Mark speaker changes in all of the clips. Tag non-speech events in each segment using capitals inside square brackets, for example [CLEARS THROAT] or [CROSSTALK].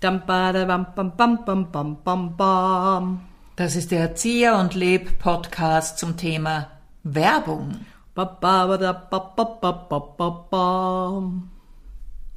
Speaker 1: Dam, ba, da, bam, bam, bam, bam, bam, bam, bam.
Speaker 2: Das ist der Erzieher und Leb Podcast zum Thema Werbung.
Speaker 1: Ba, ba, ba, da, ba, ba, ba, ba, ba, bam.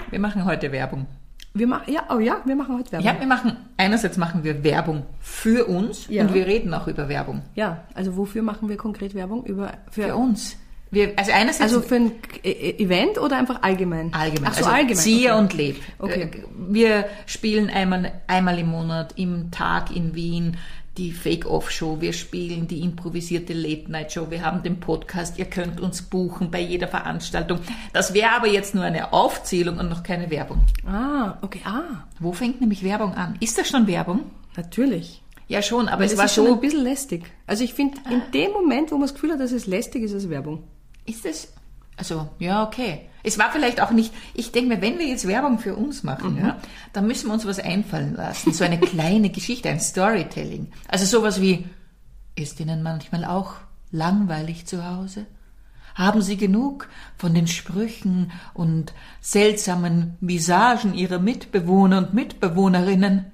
Speaker 2: Wir machen heute Werbung.
Speaker 1: Wir machen, ja, oh ja, wir machen heute Werbung.
Speaker 2: Ja, wir machen einerseits machen wir Werbung für uns
Speaker 1: Ja.
Speaker 2: und wir reden auch über Werbung
Speaker 1: Ja, also wofür machen wir konkret Werbung? Über, für,
Speaker 2: für uns. Wir, also einerseits
Speaker 1: also für ein E- E- Event oder einfach allgemein?
Speaker 2: allgemein,
Speaker 1: Ach so,
Speaker 2: also
Speaker 1: allgemein.
Speaker 2: Zieher
Speaker 1: okay.
Speaker 2: und Leb.
Speaker 1: Okay.
Speaker 2: Äh, Wir spielen einmal, einmal im Monat im Tag in Wien die Fake-Off-Show, wir spielen die improvisierte Late-Night-Show, wir haben den Podcast, ihr könnt uns buchen bei jeder Veranstaltung. Das wäre aber jetzt nur eine Aufzählung und noch keine Werbung.
Speaker 1: Ah, okay, ah,
Speaker 2: Wo fängt nämlich Werbung an? Ist das schon Werbung?
Speaker 1: natürlich.
Speaker 2: Ja, schon, aber
Speaker 1: Es
Speaker 2: es war
Speaker 1: ist schon ein
Speaker 2: so.
Speaker 1: bisschen lästig. Also ich finde, in dem Moment, wo man das Gefühl hat, dass es lästig ist, ist es Werbung.
Speaker 2: Ist das. Also, ja, okay. Es war vielleicht auch nicht. Ich denke mir, wenn wir jetzt Werbung für uns machen, ja, dann müssen wir uns was einfallen lassen. So eine kleine [LAUGHS] Geschichte, ein Storytelling. Also sowas wie: Ist Ihnen manchmal auch langweilig zu Hause? Haben Sie genug von den Sprüchen und seltsamen Visagen Ihrer Mitbewohner und Mitbewohnerinnen?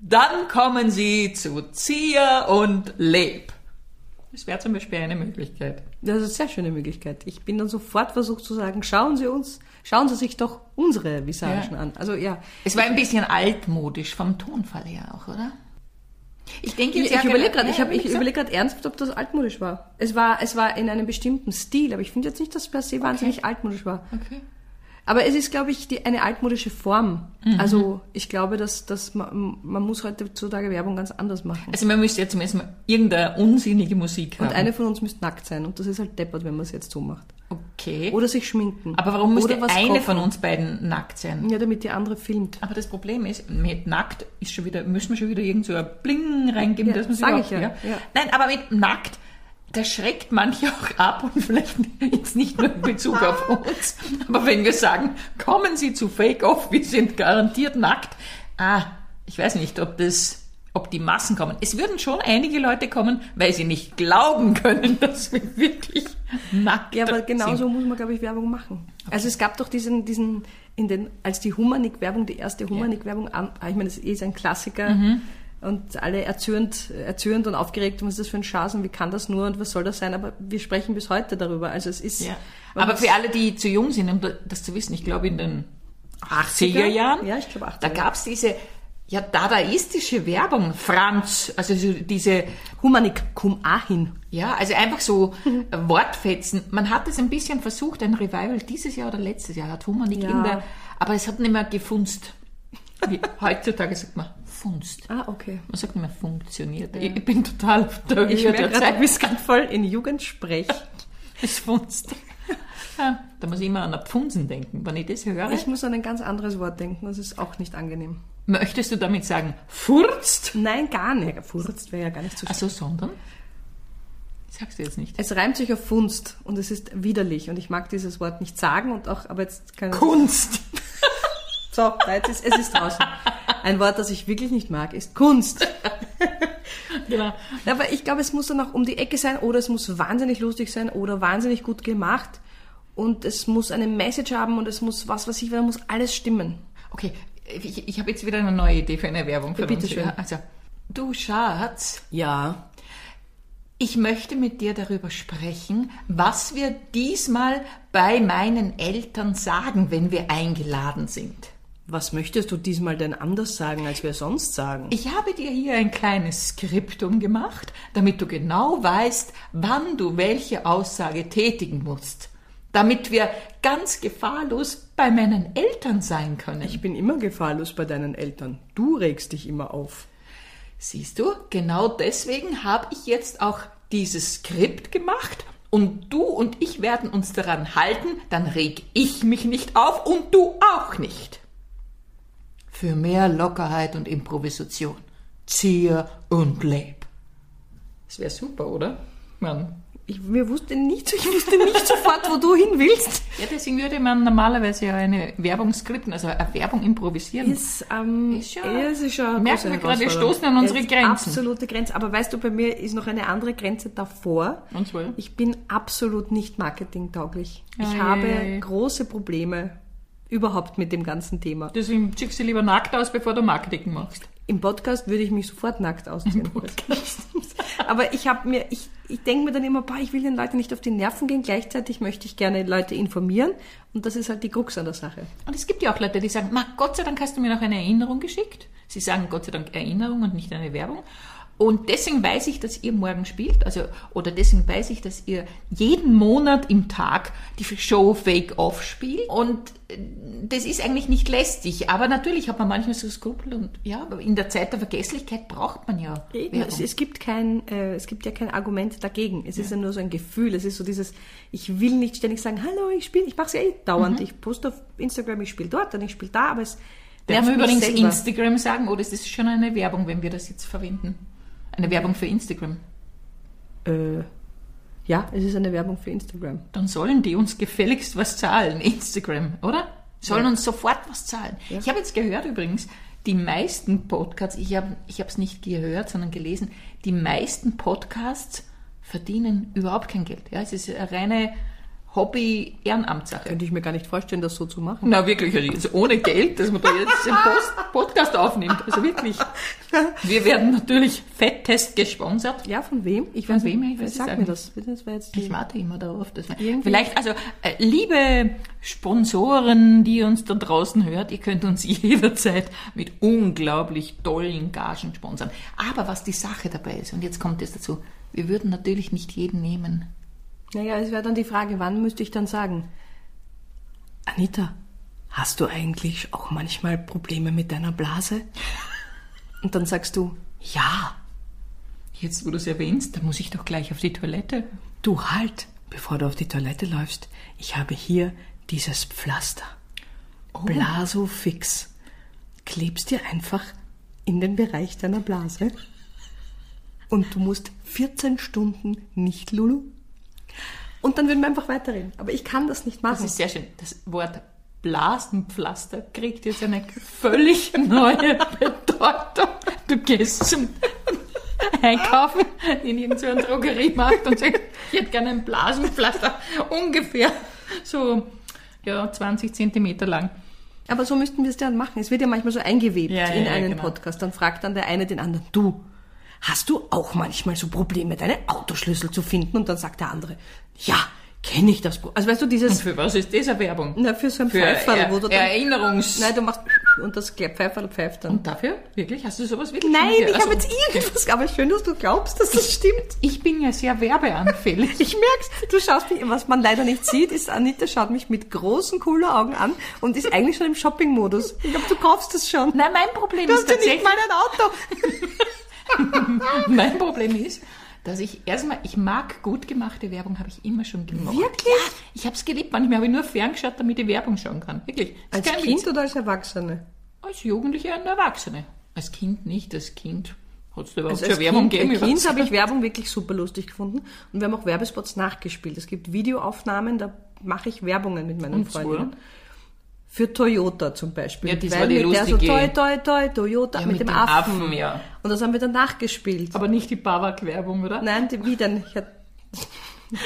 Speaker 2: Dann kommen Sie zu Zier und Leb. Das wäre zum Beispiel eine Möglichkeit.
Speaker 1: Das ist eine sehr schöne Möglichkeit. Ich bin dann sofort versucht zu sagen, schauen Sie uns, schauen Sie sich doch unsere Visagen
Speaker 2: Ja.
Speaker 1: an. Also ja,
Speaker 2: Es war ein bisschen altmodisch vom Tonfall her auch, oder? Ich denke jetzt
Speaker 1: ich, ich überlege gerade,
Speaker 2: Ja,
Speaker 1: ich, hab- ich
Speaker 2: überleg
Speaker 1: überlege gerade ernsthaft, ob das altmodisch war. Es war, es war in einem bestimmten Stil, aber ich finde jetzt nicht, dass es per se wahnsinnig altmodisch war.
Speaker 2: Okay.
Speaker 1: Aber es ist, glaube ich, die, eine altmodische Form.
Speaker 2: Mhm.
Speaker 1: Also ich glaube, dass, dass man, man muss heutzutage Werbung ganz anders machen.
Speaker 2: Also man müsste jetzt zum ersten Mal irgendeine unsinnige Musik haben.
Speaker 1: Und eine von uns müsste nackt sein und das ist halt deppert, wenn man es jetzt so macht.
Speaker 2: okay.
Speaker 1: Oder sich schminken.
Speaker 2: Aber warum müsste
Speaker 1: Oder was
Speaker 2: eine
Speaker 1: kochen.
Speaker 2: von uns beiden nackt sein?
Speaker 1: Ja, damit die andere filmt.
Speaker 2: Aber das Problem ist, mit nackt ist schon wieder, müssen wir schon wieder irgend so ein Bling reingeben,
Speaker 1: Ja,
Speaker 2: dass man sich
Speaker 1: sag
Speaker 2: überhaupt-
Speaker 1: ich ja, ja.
Speaker 2: Nein, aber mit nackt, da schreckt manche auch ab und vielleicht [LAUGHS] jetzt nicht nur in
Speaker 1: [LAUGHS]
Speaker 2: Bezug auf uns, aber wenn wir sagen, kommen Sie zu Fake Off, wir sind garantiert nackt. Ah, ich weiß nicht, ob das, ob die Massen kommen. Es würden schon einige Leute kommen, weil sie nicht glauben können, [LAUGHS] dass wir wirklich nackt
Speaker 1: Ja, aber genau
Speaker 2: sind.
Speaker 1: so muss man, glaube ich, Werbung machen. Also es gab doch diesen, diesen in den, als die Humanik-Werbung, die erste Humanik-Werbung, an- ah, ich meine, das ist ein Klassiker und alle erzürnt, erzürnt und aufgeregt, was ist das für ein Schasen, wie kann das nur und was soll das sein, aber wir sprechen bis heute darüber. Also es ist...
Speaker 2: Ja.
Speaker 1: man
Speaker 2: Aber
Speaker 1: muss-
Speaker 2: für alle, die zu jung sind, um das zu wissen, ich glaube in den 80er Jahren,
Speaker 1: Ja, ich glaube 80er.
Speaker 2: da gab es diese ja, dadaistische Werbung, Franz, also so diese,
Speaker 1: Humanik, cum ahin.
Speaker 2: ja, also
Speaker 1: [LAUGHS]
Speaker 2: einfach so Wortfetzen. Man hat es ein bisschen versucht, ein Revival dieses Jahr oder letztes Jahr hat Humanik
Speaker 1: Ja.
Speaker 2: in der, aber es hat nicht mehr gefunzt.
Speaker 1: [LAUGHS]
Speaker 2: Wie, heutzutage sagt man funzt.
Speaker 1: Ah, okay.
Speaker 2: Man sagt nicht mehr funktioniert. Ich bin total auf der
Speaker 1: Ich
Speaker 2: Höhe
Speaker 1: merke
Speaker 2: der
Speaker 1: gerade,
Speaker 2: Zeit.
Speaker 1: du [LAUGHS] bist gerade voll in [LAUGHS] Jugendsprech.
Speaker 2: Es funzt. [LAUGHS] Ja, da muss ich immer an ein Pfunsen denken, wenn ich das höre.
Speaker 1: Ich muss an ein ganz anderes Wort denken, das ist auch nicht angenehm.
Speaker 2: Möchtest du damit sagen, furzt?
Speaker 1: Nein, gar nicht. Furzt wäre ja gar nicht so
Speaker 2: Also, sondern? Sagst du jetzt nicht.
Speaker 1: Es reimt sich auf Funst und es ist widerlich und ich mag dieses Wort nicht sagen und auch, aber jetzt kann
Speaker 2: Kunst!
Speaker 1: So, da jetzt ist, es ist draußen. Ein Wort, das ich wirklich nicht mag, ist Kunst.
Speaker 2: [LAUGHS] Genau.
Speaker 1: Aber ich glaube, es muss dann auch um die Ecke sein oder es muss wahnsinnig lustig sein oder wahnsinnig gut gemacht und es muss eine Message haben und es muss was weiß ich, da muss alles stimmen.
Speaker 2: Okay, ich, ich habe jetzt wieder eine neue Idee für eine Werbung für
Speaker 1: Bitte
Speaker 2: uns.
Speaker 1: schön.
Speaker 2: Ja, Also, du Schatz,
Speaker 1: Ja.
Speaker 2: ich möchte mit dir darüber sprechen, was wir diesmal bei meinen Eltern sagen, wenn wir eingeladen sind.
Speaker 1: Was möchtest du diesmal denn anders sagen, als wir sonst sagen?
Speaker 2: Ich habe dir hier ein kleines Skriptum gemacht, damit du genau weißt, wann du welche Aussage tätigen musst, damit wir ganz gefahrlos bei meinen Eltern sein können.
Speaker 1: Ich bin immer gefahrlos bei deinen Eltern. Du regst dich immer auf.
Speaker 2: Siehst du, genau deswegen habe ich jetzt auch dieses Skript gemacht und du und ich werden uns daran halten, dann reg ich mich nicht auf und du auch nicht. Für mehr Lockerheit und Improvisation. Zier und leb. Das wäre super, oder? Mann.
Speaker 1: Ich, mir wusste nicht, ich wusste nicht sofort, wo du hin willst.
Speaker 2: Ja, deswegen würde man normalerweise ja eine Werbung skripten, also eine Werbung improvisieren.
Speaker 1: Ist, ähm,
Speaker 2: Ist ja-
Speaker 1: ja, ist ja eine
Speaker 2: Merken
Speaker 1: große
Speaker 2: wir gerade, wir
Speaker 1: Herausforderung.
Speaker 2: stoßen an unsere
Speaker 1: Jetzt
Speaker 2: Grenzen.
Speaker 1: Absolute Grenze. Aber weißt du, bei mir ist noch eine andere Grenze davor.
Speaker 2: Und zwar?
Speaker 1: Ich bin absolut nicht marketingtauglich. Ich
Speaker 2: Ei,
Speaker 1: habe
Speaker 2: ei, ei.
Speaker 1: große Probleme. überhaupt mit dem ganzen Thema.
Speaker 2: Deswegen ziehst du lieber nackt aus, bevor du Marketing machst.
Speaker 1: Im Podcast würde ich mich sofort nackt ausziehen. [LAUGHS] Aber ich habe mir, ich, ich denke mir dann immer, boah, ich will den Leuten nicht auf die Nerven gehen. Gleichzeitig möchte ich gerne Leute informieren. Und das ist halt die Krux an der Sache.
Speaker 2: Und es gibt ja auch Leute, die sagen, Ma, Gott sei Dank hast du mir noch eine Erinnerung geschickt. Sie sagen Gott sei Dank Erinnerung und nicht eine Werbung. Und deswegen weiß ich, dass ihr morgen spielt, also, oder deswegen weiß ich, dass ihr jeden Monat im Tag die Show Fake Off spielt. Und äh, das ist eigentlich nicht lästig. Aber natürlich hat man manchmal so Skrupel und ja, aber in der Zeit der Vergesslichkeit braucht man ja. Werbung.
Speaker 1: Es, es, gibt kein, äh, es gibt ja kein Argument dagegen. Es ist ja nur so ein Gefühl. Es ist so dieses, ich will nicht ständig sagen, hallo, ich spiele, ich mache es ja eh dauernd.
Speaker 2: Mhm.
Speaker 1: Ich poste auf Instagram, ich spiele dort, dann ich spiele da, aber es
Speaker 2: Darf man
Speaker 1: nervt mich
Speaker 2: übrigens
Speaker 1: selber.
Speaker 2: Instagram sagen, oder ist das schon eine Werbung, wenn wir das jetzt verwenden? Eine Werbung für Instagram.
Speaker 1: Äh, ja, es ist eine Werbung für Instagram.
Speaker 2: Dann sollen die uns gefälligst was zahlen, Instagram, oder? Sollen uns sofort was zahlen. Ich habe jetzt gehört übrigens, die meisten Podcasts, ich habe ich habe es nicht gehört, sondern gelesen, die meisten Podcasts verdienen überhaupt kein Geld. Ja, es ist eine reine Hobby-Ehrenamtssache.
Speaker 1: Könnte ich mir gar nicht vorstellen, das so zu machen.
Speaker 2: Na wirklich, also ohne Geld, dass man da jetzt den Post Podcast aufnimmt.
Speaker 1: [LAUGHS]
Speaker 2: Also wirklich. Wir werden natürlich Fetttest gesponsert.
Speaker 1: Ja, von wem? Ich
Speaker 2: Von
Speaker 1: weiß
Speaker 2: wem?
Speaker 1: nicht.
Speaker 2: Ich weiß es
Speaker 1: Sag
Speaker 2: auch
Speaker 1: mir
Speaker 2: nicht.
Speaker 1: das. Bitte, das war jetzt die-
Speaker 2: Ich warte immer darauf, dass wir
Speaker 1: Irgendwie-
Speaker 2: vielleicht, also äh, liebe Sponsoren, die uns da draußen hört, ihr könnt uns [LAUGHS] jederzeit mit unglaublich tollen Gagen sponsern. Aber was die Sache dabei ist, und jetzt kommt es dazu, wir würden natürlich nicht jeden nehmen.
Speaker 1: Naja, es wäre dann die Frage, wann müsste ich dann sagen? Anita, hast du eigentlich auch manchmal Probleme mit deiner Blase? Und dann sagst du, ja,
Speaker 2: Jetzt, wo du es erwähnst, da muss ich doch gleich auf die Toilette.
Speaker 1: du halt, bevor du auf die Toilette läufst, ich habe hier dieses Pflaster. Blasofix. Klebst dir einfach in den Bereich deiner Blase. Und du musst 14 Stunden nicht Lulu. Und dann würden wir einfach weiterreden. Aber ich kann das nicht machen.
Speaker 2: Das ist sehr schön. Das Wort Blasenpflaster kriegt jetzt eine völlig neue Bedeutung. Du gehst zum Einkaufen in irgendeinen Drogeriemarkt und sagst, ich hätte gerne ein Blasenpflaster, ungefähr so ja, 20 Zentimeter lang.
Speaker 1: Aber so müssten wir es dann machen. Es wird ja manchmal so eingewebt
Speaker 2: Ja, ja,
Speaker 1: in
Speaker 2: ja,
Speaker 1: einen
Speaker 2: genau.
Speaker 1: Podcast. Dann fragt dann der eine den anderen, du, hast du auch manchmal so Probleme, deine Autoschlüssel zu finden? Und dann sagt der andere, ja, kenne ich das. Pro-" Also weißt du, dieses,
Speaker 2: Für was ist diese Werbung?
Speaker 1: na, für so ein Pfeiferl, wo du
Speaker 2: Er-
Speaker 1: dann,
Speaker 2: Erinnerungs...
Speaker 1: nein, du machst und das Klär- Pfeiferl pfeift dann.
Speaker 2: Und dafür? Wirklich? Hast du sowas wirklich?
Speaker 1: Nein,
Speaker 2: schon gesehen?
Speaker 1: ich habe
Speaker 2: Also,
Speaker 1: jetzt irgendwas, aber schön, dass du glaubst, dass das stimmt.
Speaker 2: ich bin ja sehr werbeanfällig.
Speaker 1: Ich merk's, du schaust mich, was man leider nicht sieht, ist, Anita schaut mich mit großen, coolen Augen an und ist eigentlich schon im Shopping-Modus. Ich glaube, du kaufst es schon.
Speaker 2: Nein, mein Problem
Speaker 1: Du
Speaker 2: ist
Speaker 1: hast ja
Speaker 2: tatsächlich...
Speaker 1: nicht mal ein Auto.
Speaker 2: Mein Problem ist, dass ich erstmal, ich mag gut gemachte Werbung, habe ich immer schon gemacht.
Speaker 1: Wirklich?
Speaker 2: Ich habe es geliebt, manchmal habe ich nur ferngeschaut, damit ich Werbung schauen kann. Wirklich. Das ist
Speaker 1: Als
Speaker 2: kein
Speaker 1: Kind
Speaker 2: Witz.
Speaker 1: oder als Erwachsene?
Speaker 2: Als Jugendliche und Erwachsene. Als Kind nicht, als Kind hat es da überhaupt
Speaker 1: Also
Speaker 2: schon
Speaker 1: als
Speaker 2: Werbung
Speaker 1: Kind,
Speaker 2: gegeben.
Speaker 1: als Kind
Speaker 2: Überhaupt-
Speaker 1: habe ich Werbung wirklich super lustig gefunden und wir haben auch Werbespots nachgespielt. Es gibt Videoaufnahmen, da mache ich Werbungen mit meinen
Speaker 2: Und so?
Speaker 1: Freunden. Für Toyota zum Beispiel.
Speaker 2: Ja, das
Speaker 1: Weil
Speaker 2: war die
Speaker 1: mit der so
Speaker 2: lustige-
Speaker 1: toi, toi, toi, Toyota
Speaker 2: Ja,
Speaker 1: mit, dem, Affen.
Speaker 2: ja.
Speaker 1: Und das haben wir dann nachgespielt.
Speaker 2: Aber nicht die Babak-Werbung, oder?
Speaker 1: Nein, die, wie denn? Ich hatte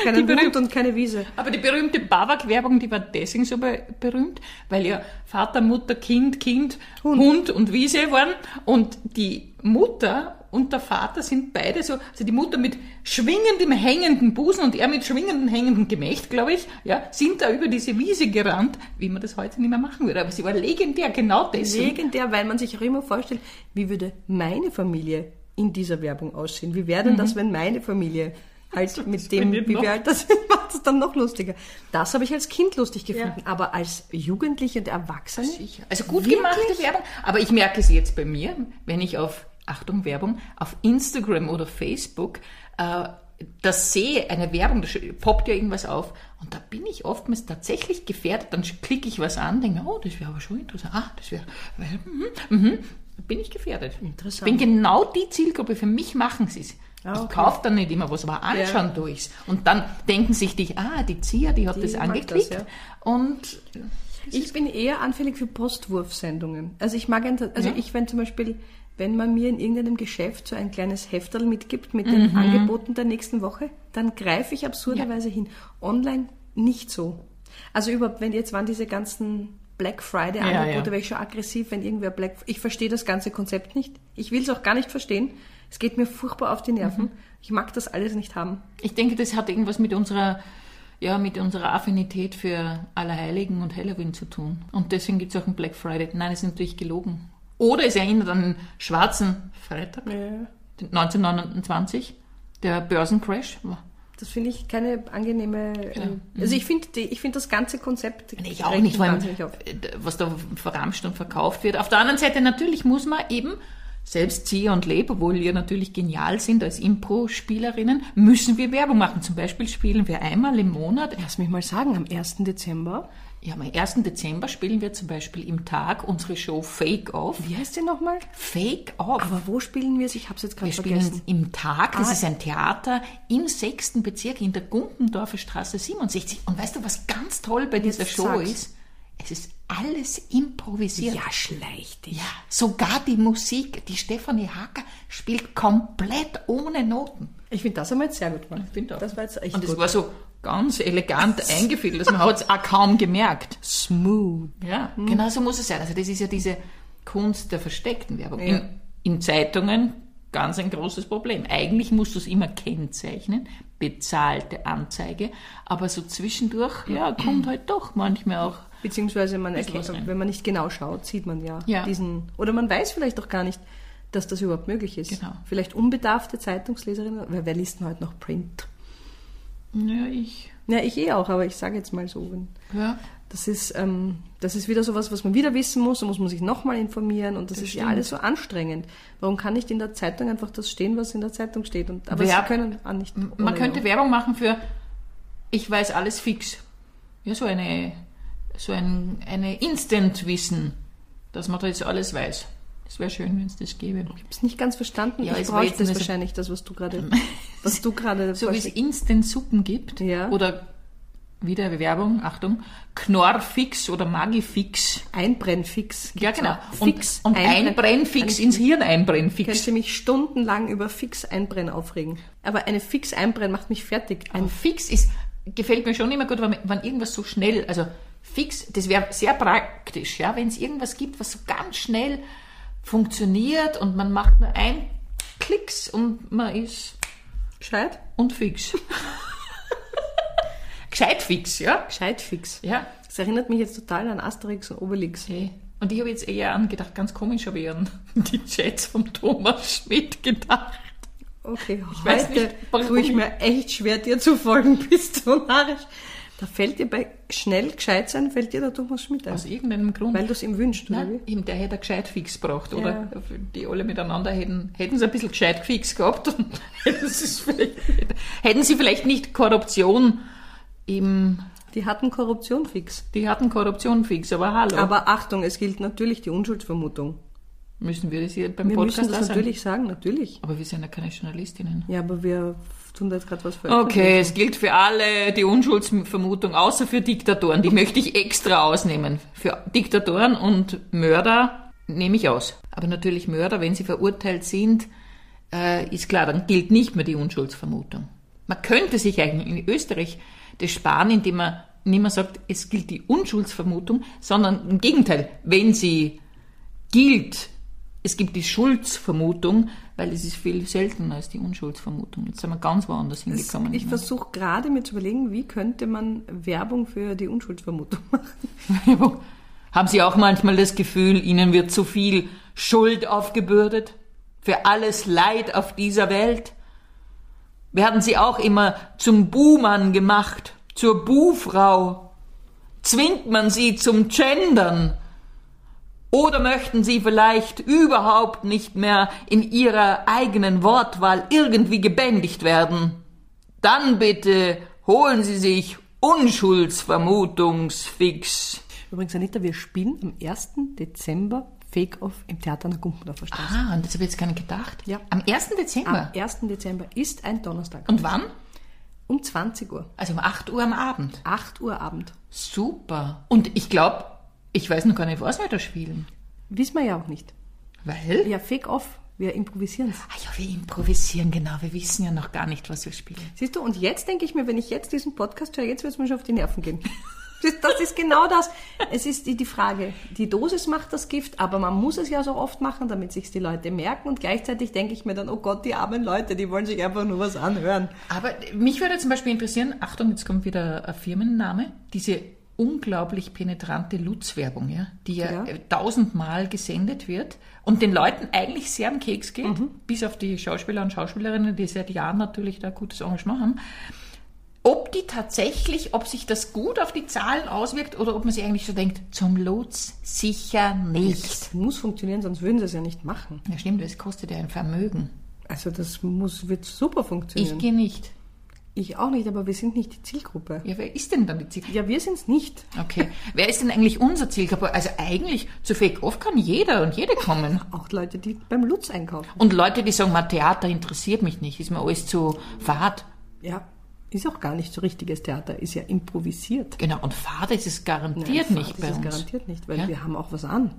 Speaker 1: keinen Hund
Speaker 2: berühmt-
Speaker 1: und keine Wiese.
Speaker 2: Aber die berühmte Babak-Werbung, die war deswegen so be berühmt, weil ja Vater, Mutter, Kind, Kind, Hund, und Wiese waren. Und die Mutter und der Vater sind beide so, also die Mutter mit schwingendem, hängenden Busen und er mit schwingendem, hängenden Gemächt, glaube ich, ja, sind da über diese Wiese gerannt, wie man das heute nicht mehr machen würde. Aber sie war legendär, genau deswegen.
Speaker 1: Legendär, weil man sich auch immer vorstellt, wie würde meine Familie in dieser Werbung aussehen? Wie wäre denn das, wenn meine Familie halt mit dem,
Speaker 2: bin ich
Speaker 1: wie
Speaker 2: noch-
Speaker 1: wir halt das [LAUGHS] sind, macht es dann noch lustiger. Das habe ich als Kind lustig gefunden, aber als Jugendliche und Erwachsene,
Speaker 2: Sicher. Also gut gemachte Werbung. Aber ich merke es jetzt bei mir, wenn ich auf, Achtung Werbung, auf Instagram oder Facebook äh, das sehe, eine Werbung, da sch- poppt ja irgendwas auf. Und da bin ich oftmals tatsächlich gefährdet. Dann sch- klicke ich was an, denke mir, oh, das wäre aber schon interessant. Ah, das wäre, mhm, mhm. Da bin ich gefährdet.
Speaker 1: Interessant. Ah,
Speaker 2: Bin genau die Zielgruppe, für mich machen sie es. Ich
Speaker 1: okay.
Speaker 2: kaufe dann nicht immer was, aber anschauen tue ich's. Und dann denken sich die, ah, die Zia, die hat das
Speaker 1: mag das,
Speaker 2: angeklickt.
Speaker 1: ja.
Speaker 2: Und
Speaker 1: ich bin eher anfällig für Postwurfsendungen. Also ich mag, ein, also
Speaker 2: Ja.
Speaker 1: ich, wenn zum Beispiel, wenn man mir in irgendeinem Geschäft so ein kleines Hefterl mitgibt mit den
Speaker 2: Mhm.
Speaker 1: Angeboten der nächsten Woche, dann greife ich absurderweise hin. Online nicht so. Also überhaupt, wenn jetzt waren diese ganzen Black Friday
Speaker 2: ja.
Speaker 1: Angebote, wäre ich schon aggressiv, wenn irgendwer Black Ich verstehe das ganze Konzept nicht. Ich will es auch gar nicht verstehen. Es geht mir furchtbar auf die Nerven.
Speaker 2: Mhm.
Speaker 1: Ich mag das alles nicht haben.
Speaker 2: Ich denke, das hat irgendwas mit unserer, ja, mit unserer Affinität für Allerheiligen und Halloween zu tun. Und deswegen gibt es auch einen Black Friday. Nein, das ist natürlich gelogen. Oder es erinnert an den schwarzen Freitag, den 1929, der Börsencrash.
Speaker 1: Das finde ich keine angenehme. ähm, Also ich finde die- ich finde das ganze Konzept.
Speaker 2: Nee, ich auch
Speaker 1: regt
Speaker 2: nicht,
Speaker 1: mich
Speaker 2: weil
Speaker 1: wahnsinnig auf.
Speaker 2: was da verramscht und verkauft wird. Auf der anderen Seite natürlich muss man eben selbst ziehe und lebe, obwohl wir natürlich genial sind als Impro-Spielerinnen, müssen wir Werbung machen. Zum Beispiel spielen wir einmal im Monat
Speaker 1: Lass mich mal sagen, am 1. Dezember.
Speaker 2: Ja, am 1. Dezember spielen wir zum Beispiel im Tag unsere Show Fake Off.
Speaker 1: Wie heißt die nochmal?
Speaker 2: Fake Off.
Speaker 1: Aber wo spielen wir es? Ich habe es jetzt gerade
Speaker 2: Wir spielen
Speaker 1: vergessen.
Speaker 2: im Tag, das
Speaker 1: Ah.
Speaker 2: ist ein Theater im 6. Bezirk in der Gumpendorfer Straße 67. Und weißt du, was ganz toll bei dieser
Speaker 1: Jetzt
Speaker 2: Show
Speaker 1: sag's.
Speaker 2: ist? Es ist alles improvisiert.
Speaker 1: Ja, schleich dich.
Speaker 2: Ja, sogar die Musik, die Stefanie Hacker spielt komplett ohne Noten.
Speaker 1: Ich finde das haben wir jetzt sehr gut gemacht.
Speaker 2: finde auch.
Speaker 1: Das war jetzt echt
Speaker 2: Und es
Speaker 1: gut.
Speaker 2: war so ganz
Speaker 1: [LAUGHS]
Speaker 2: elegant eingefädelt, also man hat es auch kaum gemerkt.
Speaker 1: Smooth. Hm.
Speaker 2: Ja, genau so muss es sein. Also das ist ja diese Kunst der versteckten Werbung.
Speaker 1: Ja.
Speaker 2: In, in Zeitungen ganz ein großes Problem. Eigentlich musst du es immer kennzeichnen, bezahlte Anzeige, aber so zwischendurch, ja,
Speaker 1: [CLEARS THROAT]
Speaker 2: kommt halt doch manchmal auch.
Speaker 1: Beziehungsweise man
Speaker 2: was rein.
Speaker 1: erkennt, wenn man nicht genau schaut, sieht man ja,
Speaker 2: Ja.
Speaker 1: diesen. Oder man weiß vielleicht auch gar nicht, dass das überhaupt möglich ist.
Speaker 2: Genau.
Speaker 1: Vielleicht unbedarfte Zeitungsleserinnen, weil wer liest denn heute noch Print?
Speaker 2: Ja, ich.
Speaker 1: Ja, ich eh auch, aber ich sage jetzt mal so. Wenn,
Speaker 2: Ja.
Speaker 1: das ist, ähm, das ist wieder sowas, was man wieder wissen muss, da muss man sich nochmal informieren und das, ist ja alles so anstrengend. Warum kann nicht in der Zeitung einfach das stehen, was in der Zeitung steht? Und, aber
Speaker 2: Wer-
Speaker 1: sie können auch nicht.
Speaker 2: Man
Speaker 1: ohne Werbung.
Speaker 2: könnte Werbung machen für ich weiß alles fix. Ja, so eine so ein eine Instant Wissen, dass man da jetzt alles weiß. Es wäre schön, wenn es das gäbe.
Speaker 1: Ich habe es nicht ganz verstanden.
Speaker 2: Ja,
Speaker 1: ich
Speaker 2: es war
Speaker 1: brauche
Speaker 2: jetzt
Speaker 1: das
Speaker 2: nur so-
Speaker 1: wahrscheinlich, das, was du gerade, was du gerade
Speaker 2: [LAUGHS] So wie es Instant-Suppen gibt
Speaker 1: Ja.
Speaker 2: oder wieder Bewerbung, Achtung, Knorrfix oder Magifix.
Speaker 1: Einbrennfix.
Speaker 2: Ja,
Speaker 1: gibt's
Speaker 2: genau.
Speaker 1: auch.
Speaker 2: Und,
Speaker 1: Fix Genau.
Speaker 2: und
Speaker 1: Einbrenn-
Speaker 2: Einbrennfix
Speaker 1: Ein-
Speaker 2: ins Hirn
Speaker 1: Könnt
Speaker 2: Einbrennfix.
Speaker 1: ihr mich stundenlang über Fix-Einbrennen aufregen. Aber eine Fix-Einbrennen macht mich fertig.
Speaker 2: Ein Fix ist, gefällt mir schon immer gut, wenn, wenn irgendwas so schnell, also Fix, das wäre sehr praktisch, ja, wenn es irgendwas gibt, was so ganz schnell funktioniert und man macht nur ein Klicks und man ist
Speaker 1: Gescheit?
Speaker 2: und fix. [LAUGHS] Gescheit fix, ja?
Speaker 1: Gescheit-Fix.
Speaker 2: Ja.
Speaker 1: Das erinnert mich jetzt total an Asterix und Obelix.
Speaker 2: Okay. Und ich habe jetzt eher angedacht, ganz komisch habe ich an die Chats von Thomas Schmidt gedacht.
Speaker 1: Okay,
Speaker 2: weiß
Speaker 1: heute
Speaker 2: nicht, warum
Speaker 1: tue ich
Speaker 2: ich-
Speaker 1: mir echt schwer, dir zu folgen, [LAUGHS] bist du narrisch. Da fällt dir bei schnell gescheit sein, fällt dir der Thomas Schmidt ein.
Speaker 2: Aus irgendeinem Grund.
Speaker 1: Weil du es ihm wünschst, oder
Speaker 2: Nein,
Speaker 1: wie?
Speaker 2: eben, der hätte ein gescheit fix gebracht, oder? Die alle miteinander hätten, hätten sie ein bisschen gescheit fix gehabt und [LAUGHS] hätten, sie es vielleicht, hätten sie vielleicht nicht Korruption im,
Speaker 1: Die hatten Korruption fix.
Speaker 2: die hatten Korruption fix, aber hallo.
Speaker 1: Aber Achtung, es gilt natürlich die Unschuldsvermutung.
Speaker 2: müssen wir das hier beim
Speaker 1: Wir müssen
Speaker 2: Podcast
Speaker 1: das
Speaker 2: auch sagen?
Speaker 1: natürlich sagen, natürlich.
Speaker 2: Aber wir sind ja keine Journalistinnen.
Speaker 1: Ja, aber wir tun da jetzt gerade was für
Speaker 2: Okay, es gilt für alle die Unschuldsvermutung, außer für Diktatoren. Die möchte ich extra ausnehmen. Für Diktatoren und Mörder nehme ich aus. Aber natürlich Mörder, wenn sie verurteilt sind, äh, ist klar, dann gilt nicht mehr die Unschuldsvermutung. Man könnte sich eigentlich in Österreich das sparen, indem man nicht mehr sagt, es gilt die Unschuldsvermutung, sondern im Gegenteil, wenn sie gilt, es gibt die Schuldsvermutung, weil es ist viel seltener als die Unschuldsvermutung. Jetzt sind wir ganz woanders hingekommen.
Speaker 1: Ich versuche gerade mir zu überlegen, wie könnte man Werbung für die Unschuldsvermutung machen.
Speaker 2: Werbung. Haben Sie auch manchmal das Gefühl, Ihnen wird zu viel Schuld aufgebürdet? Für alles Leid auf dieser Welt? Werden Sie auch immer zum Buhmann gemacht, zur Buhfrau? Zwingt man Sie zum Gendern? Oder möchten Sie vielleicht überhaupt nicht mehr in Ihrer eigenen Wortwahl irgendwie gebändigt werden? Dann bitte holen Sie sich Unschuldsvermutungsfix.
Speaker 1: Übrigens, Anita, wir spielen am 1. Dezember Fake-Off im Theater an der Gumpendorfer Straße.
Speaker 2: Ah, und das habe ich jetzt gar nicht gedacht.
Speaker 1: Ja.
Speaker 2: Am 1. Dezember.
Speaker 1: Am 1. Dezember ist ein Donnerstag.
Speaker 2: Und wann?
Speaker 1: Um 20 Uhr.
Speaker 2: Also um 8 Uhr am Abend.
Speaker 1: 8 Uhr Abend.
Speaker 2: Super. Und ich glaube, ich weiß noch gar nicht, was wir da spielen.
Speaker 1: Wissen wir ja auch nicht.
Speaker 2: Weil?
Speaker 1: Ja, Fake-Off. Wir improvisieren es.
Speaker 2: Ah ja, wir improvisieren, genau. Wir wissen ja noch gar nicht, was wir spielen.
Speaker 1: Siehst du, und jetzt denke ich mir, wenn ich jetzt diesen Podcast höre, jetzt wird es mir schon auf die Nerven gehen. Das, das ist genau das. Es ist die, die Frage, die Dosis macht das Gift, aber man muss es ja so oft machen, damit sich die Leute merken. Und gleichzeitig denke ich mir dann, oh Gott, die armen Leute, die wollen sich einfach nur was anhören.
Speaker 2: Aber mich würde zum Beispiel interessieren, Achtung, jetzt kommt wieder ein Firmenname, diese unglaublich penetrante Lutz-Werbung, ja, die ja,
Speaker 1: Ja.
Speaker 2: äh, tausendmal gesendet wird und den Leuten eigentlich sehr am Keks geht, bis auf die Schauspieler und Schauspielerinnen, die seit Jahren natürlich da gutes Engagement haben. Ob die tatsächlich, ob sich das gut auf die Zahlen auswirkt oder ob man sich eigentlich so denkt, zum Lutz sicher nicht.
Speaker 1: Es muss funktionieren, sonst würden sie es ja nicht machen.
Speaker 2: Ja, stimmt, das kostet ja ein Vermögen.
Speaker 1: Also das muss, wird super
Speaker 2: Ich
Speaker 1: funktionieren.
Speaker 2: gehe nicht.
Speaker 1: ich auch nicht, aber wir sind nicht die Zielgruppe.
Speaker 2: Ja, wer ist denn dann die Ziel?
Speaker 1: Ja, wir sind es nicht.
Speaker 2: Okay. Wer ist denn eigentlich unser Zielgruppe? Also eigentlich zu Fake Off kann jeder und jede kommen.
Speaker 1: Auch Leute, die beim Lutz einkaufen.
Speaker 2: Und Leute, die sagen, mein Theater interessiert mich nicht, ist mir alles zu fad.
Speaker 1: Ja, ist auch gar nicht so richtiges Theater, ist ja improvisiert.
Speaker 2: Genau, und fad ist es garantiert
Speaker 1: Nein,
Speaker 2: nicht
Speaker 1: das
Speaker 2: bei
Speaker 1: ist
Speaker 2: uns.
Speaker 1: garantiert nicht, weil
Speaker 2: Ja?
Speaker 1: wir haben auch was an.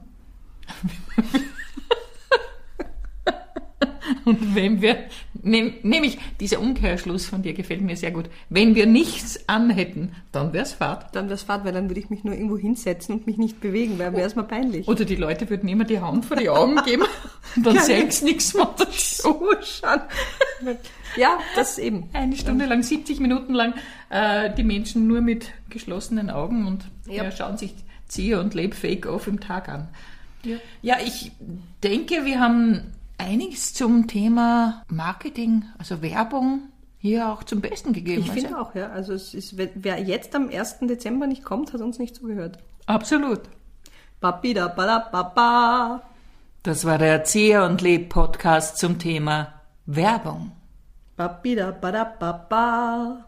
Speaker 2: Und wenn wir, nehm, nämlich dieser Umkehrschluss von dir gefällt mir sehr gut, wenn wir nichts anhätten, dann wär's fad.
Speaker 1: Dann wäre es fad, weil dann würde ich mich nur irgendwo hinsetzen und mich nicht bewegen, weil wäre es mir peinlich.
Speaker 2: Oder die Leute würden immer die Hand vor die Augen
Speaker 1: [LAUGHS]
Speaker 2: geben und dann
Speaker 1: Ja,
Speaker 2: selbst
Speaker 1: [LAUGHS]
Speaker 2: nichts machen.
Speaker 1: Zuschauen. [LAUGHS] ja, das eben.
Speaker 2: Eine Stunde lang, 70 Minuten lang äh, die Menschen nur mit geschlossenen Augen und
Speaker 1: Ja.
Speaker 2: ja, schauen sich Zieher und Leb Fake Off im Tag an. Ja. ich denke, wir haben einiges zum Thema Marketing, also Werbung, hier auch zum Besten gegeben.
Speaker 1: Ich
Speaker 2: also,
Speaker 1: finde auch, ja. Also es ist, wer- wer jetzt am 1. Dezember nicht kommt, hat uns nicht zugehört.
Speaker 2: absolut.
Speaker 1: Babida, badababa.
Speaker 2: Das war der Zieher und Leb Podcast zum Thema Werbung.
Speaker 1: Babida, badababa.